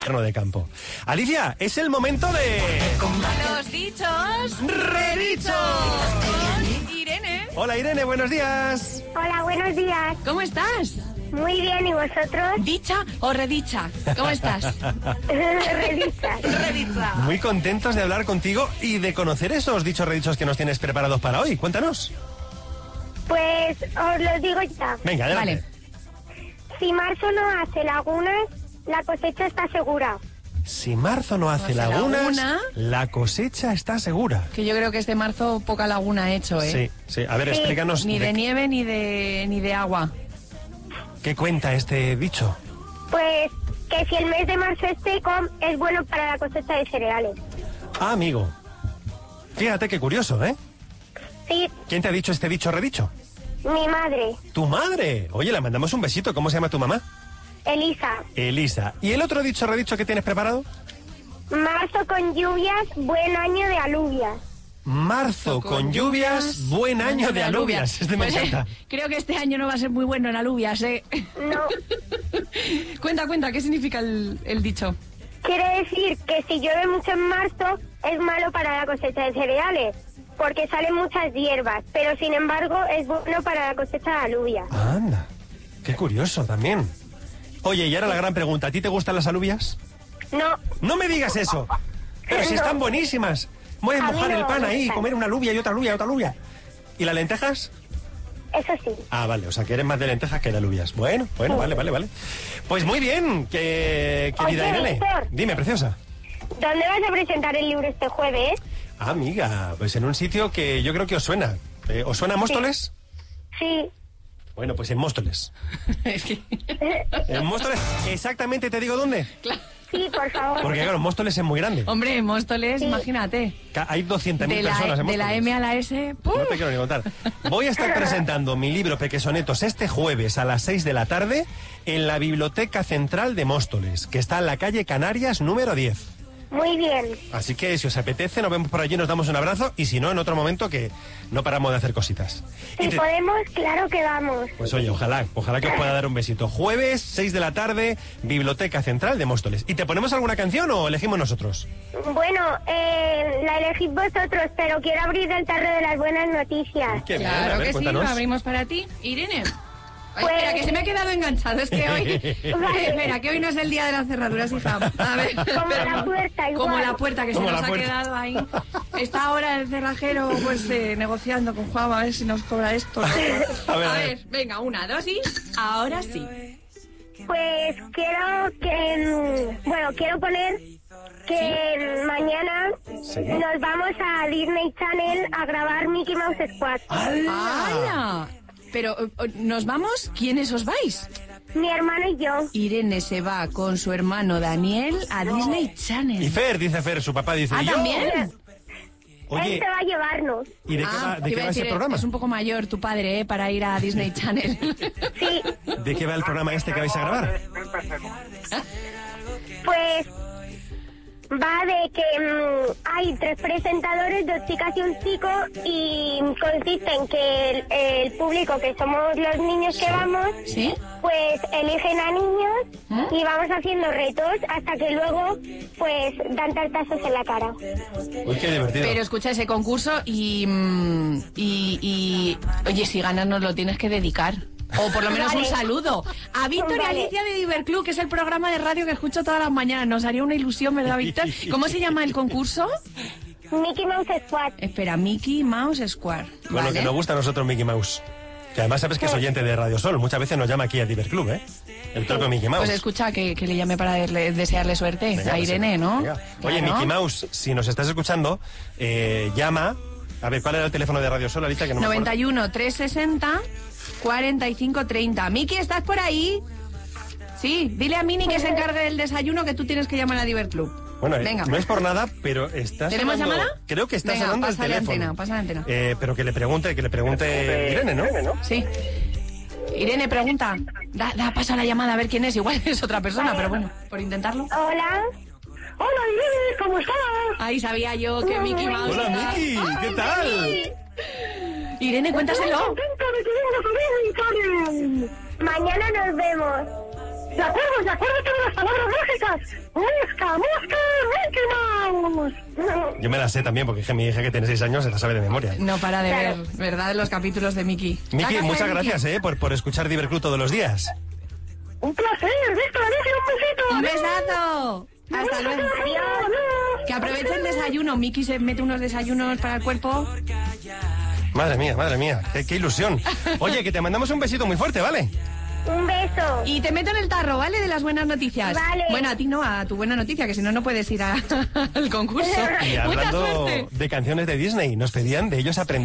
terreno de campo. Alicia, es el momento de... Los dichos ¡Redicho! con Irene. Hola Irene, buenos días. Hola, buenos días. ¿Cómo estás? Muy bien, ¿y vosotros? ¿Dicha o redicha? ¿Cómo estás? Revistas. Redicha. Muy contentos de hablar contigo y de conocer esos dichos redichos que nos tienes preparados para hoy. Cuéntanos. Pues os lo digo ya. Venga, adelante. Si marzo no hace lagunas, la cosecha está segura. Si marzo no hace hace lagunas, laguna. la cosecha está segura. Que yo creo que este marzo poca laguna he hecho, ¿eh? Sí, sí. A ver, explícanos Ni de de nieve ni de ni de agua. qué cuenta este dicho. Pues que si el mes de marzo es seco, es bueno para la cosecha de cereales. Ah, amigo. Fíjate qué curioso, ¿eh? Sí, ¿Quién te ha dicho este dicho redicho? mi madre, Tu madre. Oye, le mandamos un besito. ¿Cómo se llama tu mamá? Elisa. Elisa. ¿Y el otro dicho redicho que tienes preparado? Marzo con lluvias, buen año de alubias. Marzo con lluvias, buen año de alubias. Este me Pues, eh, encanta. creo que este año no va a ser muy bueno en alubias, ¿eh? No, cuenta, cuenta, ¿qué significa el, el dicho? quiere decir que si llueve mucho en marzo, es malo para la cosecha de cereales, porque salen muchas hierbas, pero sin embargo es bueno para la cosecha de alubias. Anda. Qué curioso también. Oye, y ahora la gran pregunta. ¿A ti te gustan las alubias? No, No me digas eso. Pero si están buenísimas. Puedes A mí mojar no el pan me ahí, gustan. comer una alubia y otra alubia y otra alubia. ¿Y las lentejas? eso sí. Ah, vale, o sea que eres más de lentejas que de alubias. Bueno, bueno, vale, vale, vale. Pues muy bien, que, querida Oye, Irene. Víctor. Dime, preciosa. ¿Dónde vas a presentar el libro este jueves? Ah, amiga, pues en un sitio que yo creo que os suena. Eh, ¿Os suena Móstoles? Sí. Bueno, pues en Móstoles. es que En Móstoles, exactamente te digo dónde. Sí, por favor. Porque claro, Móstoles es muy grande. Hombre, Móstoles, imagínate. Ca- Hay 200.000 De la, E, personas en Móstoles. de la M a la S. ¡pum! No te quiero ni contar. Voy a estar presentando mi libro Pequesonetos este jueves a las 6 de la tarde en la Biblioteca Central de Móstoles, que está en la calle Canarias número 10. Muy bien. Así que si os apetece, nos vemos por allí, nos damos un abrazo y si no, en otro momento que no paramos de hacer cositas. Y Si te- podemos, claro que vamos. Pues oye, ojalá, ojalá que os pueda dar un besito. Jueves, 6 de la tarde, Biblioteca Central de Móstoles. ¿Y te ponemos alguna canción o elegimos nosotros? Bueno, eh, la elegís vosotros, pero quiero abrir el tarro de las buenas noticias. Qué bien, Ah, Claro a ver, que cuéntanos. sí, lo abrimos para ti. Irene. Ay, Pues- Espera, que se me ha quedado enganchado. Es que hoy. Vale. Espera, que hoy no es el día de las cerraduras, hija. A ver. Como la puerta, igual. Como la puerta que Como se la nos ha puerta. quedado ahí. Está ahora el cerrajero, pues, eh, negociando con Juan a ver si nos cobra esto. ¿no? A ver, a ver. venga, una, dos y. Ahora sí. Pues quiero que. mm, Bueno, quiero poner que mm, mañana Sí. nos vamos a Disney Channel a grabar Mickey Mouse Squad. ¡Hala! Pero, eh, eh, ¿nos vamos? ¿Quiénes os vais? Mi hermano y yo. Irene se va con su hermano Daniel a Disney Y Channel. Fer, dice Fer, su papá dice. ¿Ah, "Y yo". también? Él Oye, se va a llevarnos. ¿y de qué Ah, va, de te qué iba a va decir, ese programa? Es un poco mayor tu padre, ¿eh? Para ir a Disney Channel. Sí. ¿De qué va el programa este que vais a grabar? Pues va de que mm, hay tres presentadores, dos chicas y un chico, y consiste en que el, el público, que somos los niños que vamos, ¿Sí? pues eligen a niños ¿Eh? y vamos haciendo retos hasta que luego pues dan tartazos en la cara. Uy, qué divertido. Pero escucha ese concurso y, mm, y, y- Oye, si ganas nos lo tienes que dedicar. O por lo menos un Vale. saludo. A Víctor y Vale. Alicia de Diverclub, que es el programa de radio que escucho todas las mañanas. Nos haría una ilusión, ¿verdad, Víctor? ¿Cómo se llama el concurso? Mickey Mouse Squad. Espera, Mickey Mouse Square. Con lo ¿vale? Pues que nos gusta a nosotros Mickey Mouse. Que además sabes que es oyente de Radio Sol. Muchas veces nos llama aquí a Diverclub, ¿eh? El propio Mickey Mouse. Pues escucha, que, que le llame para darle- desearle suerte Venga, a pues, Irene, ¿no? venga. Oye, Claro. Mickey Mouse, si nos estás escuchando, eh, llama. A ver, ¿cuál era el teléfono de Radio Sol, Alicia? Que no me acuerdo. 91 360 45 30. Miki, ¿estás por ahí? Sí, dile a Mini que se encargue del desayuno que tú tienes que llamar a Diverclub. Bueno, eh, Venga. no es por nada, pero estás ¿Tenemos llamada? Creo que está Venga, sonando el pasa la teléfono. antena, pasa la antena. Eh, pero que le pregunte, que le pregunte Irene, ¿no? Sí. Irene, pregunta. Da, da paso a la llamada a ver quién es. Igual es otra persona, pero bueno, por intentarlo. Hola. Hola, Irene, ¿cómo estás? Ahí sabía yo que Mickey Mouse. Hola, era- Miki, ¿qué tal? Irene, cuéntaselo. Mañana nos vemos. De acuerdo, de acuerdo con las palabras mágicas. Mosca, mosca, Mickey Mouse. Yo me la sé también, porque es que mi hija que tiene seis años se la sabe de memoria. No para de Claro. ver, ¿verdad? Los capítulos de Mickey. La Miki, casa de muchas Mickey. gracias, ¿eh? Por, por escuchar Divercru todos los días. Un placer, Víctor, Alicia, un besito. Un Adiós. besazo. Hasta luego. Adiós. Que aproveche el desayuno. Mickey se mete unos desayunos para el cuerpo. Madre mía, madre mía, qué, qué ilusión. Oye, que te mandamos un besito muy fuerte, ¿vale? Un beso. Y te meto en el tarro, ¿vale? De las buenas noticias. Vale. Bueno, a ti no, a tu buena noticia, que si no, no puedes ir a- al concurso. Y Mucha hablando suerte. de canciones de Disney, nos pedían de ellos aprendí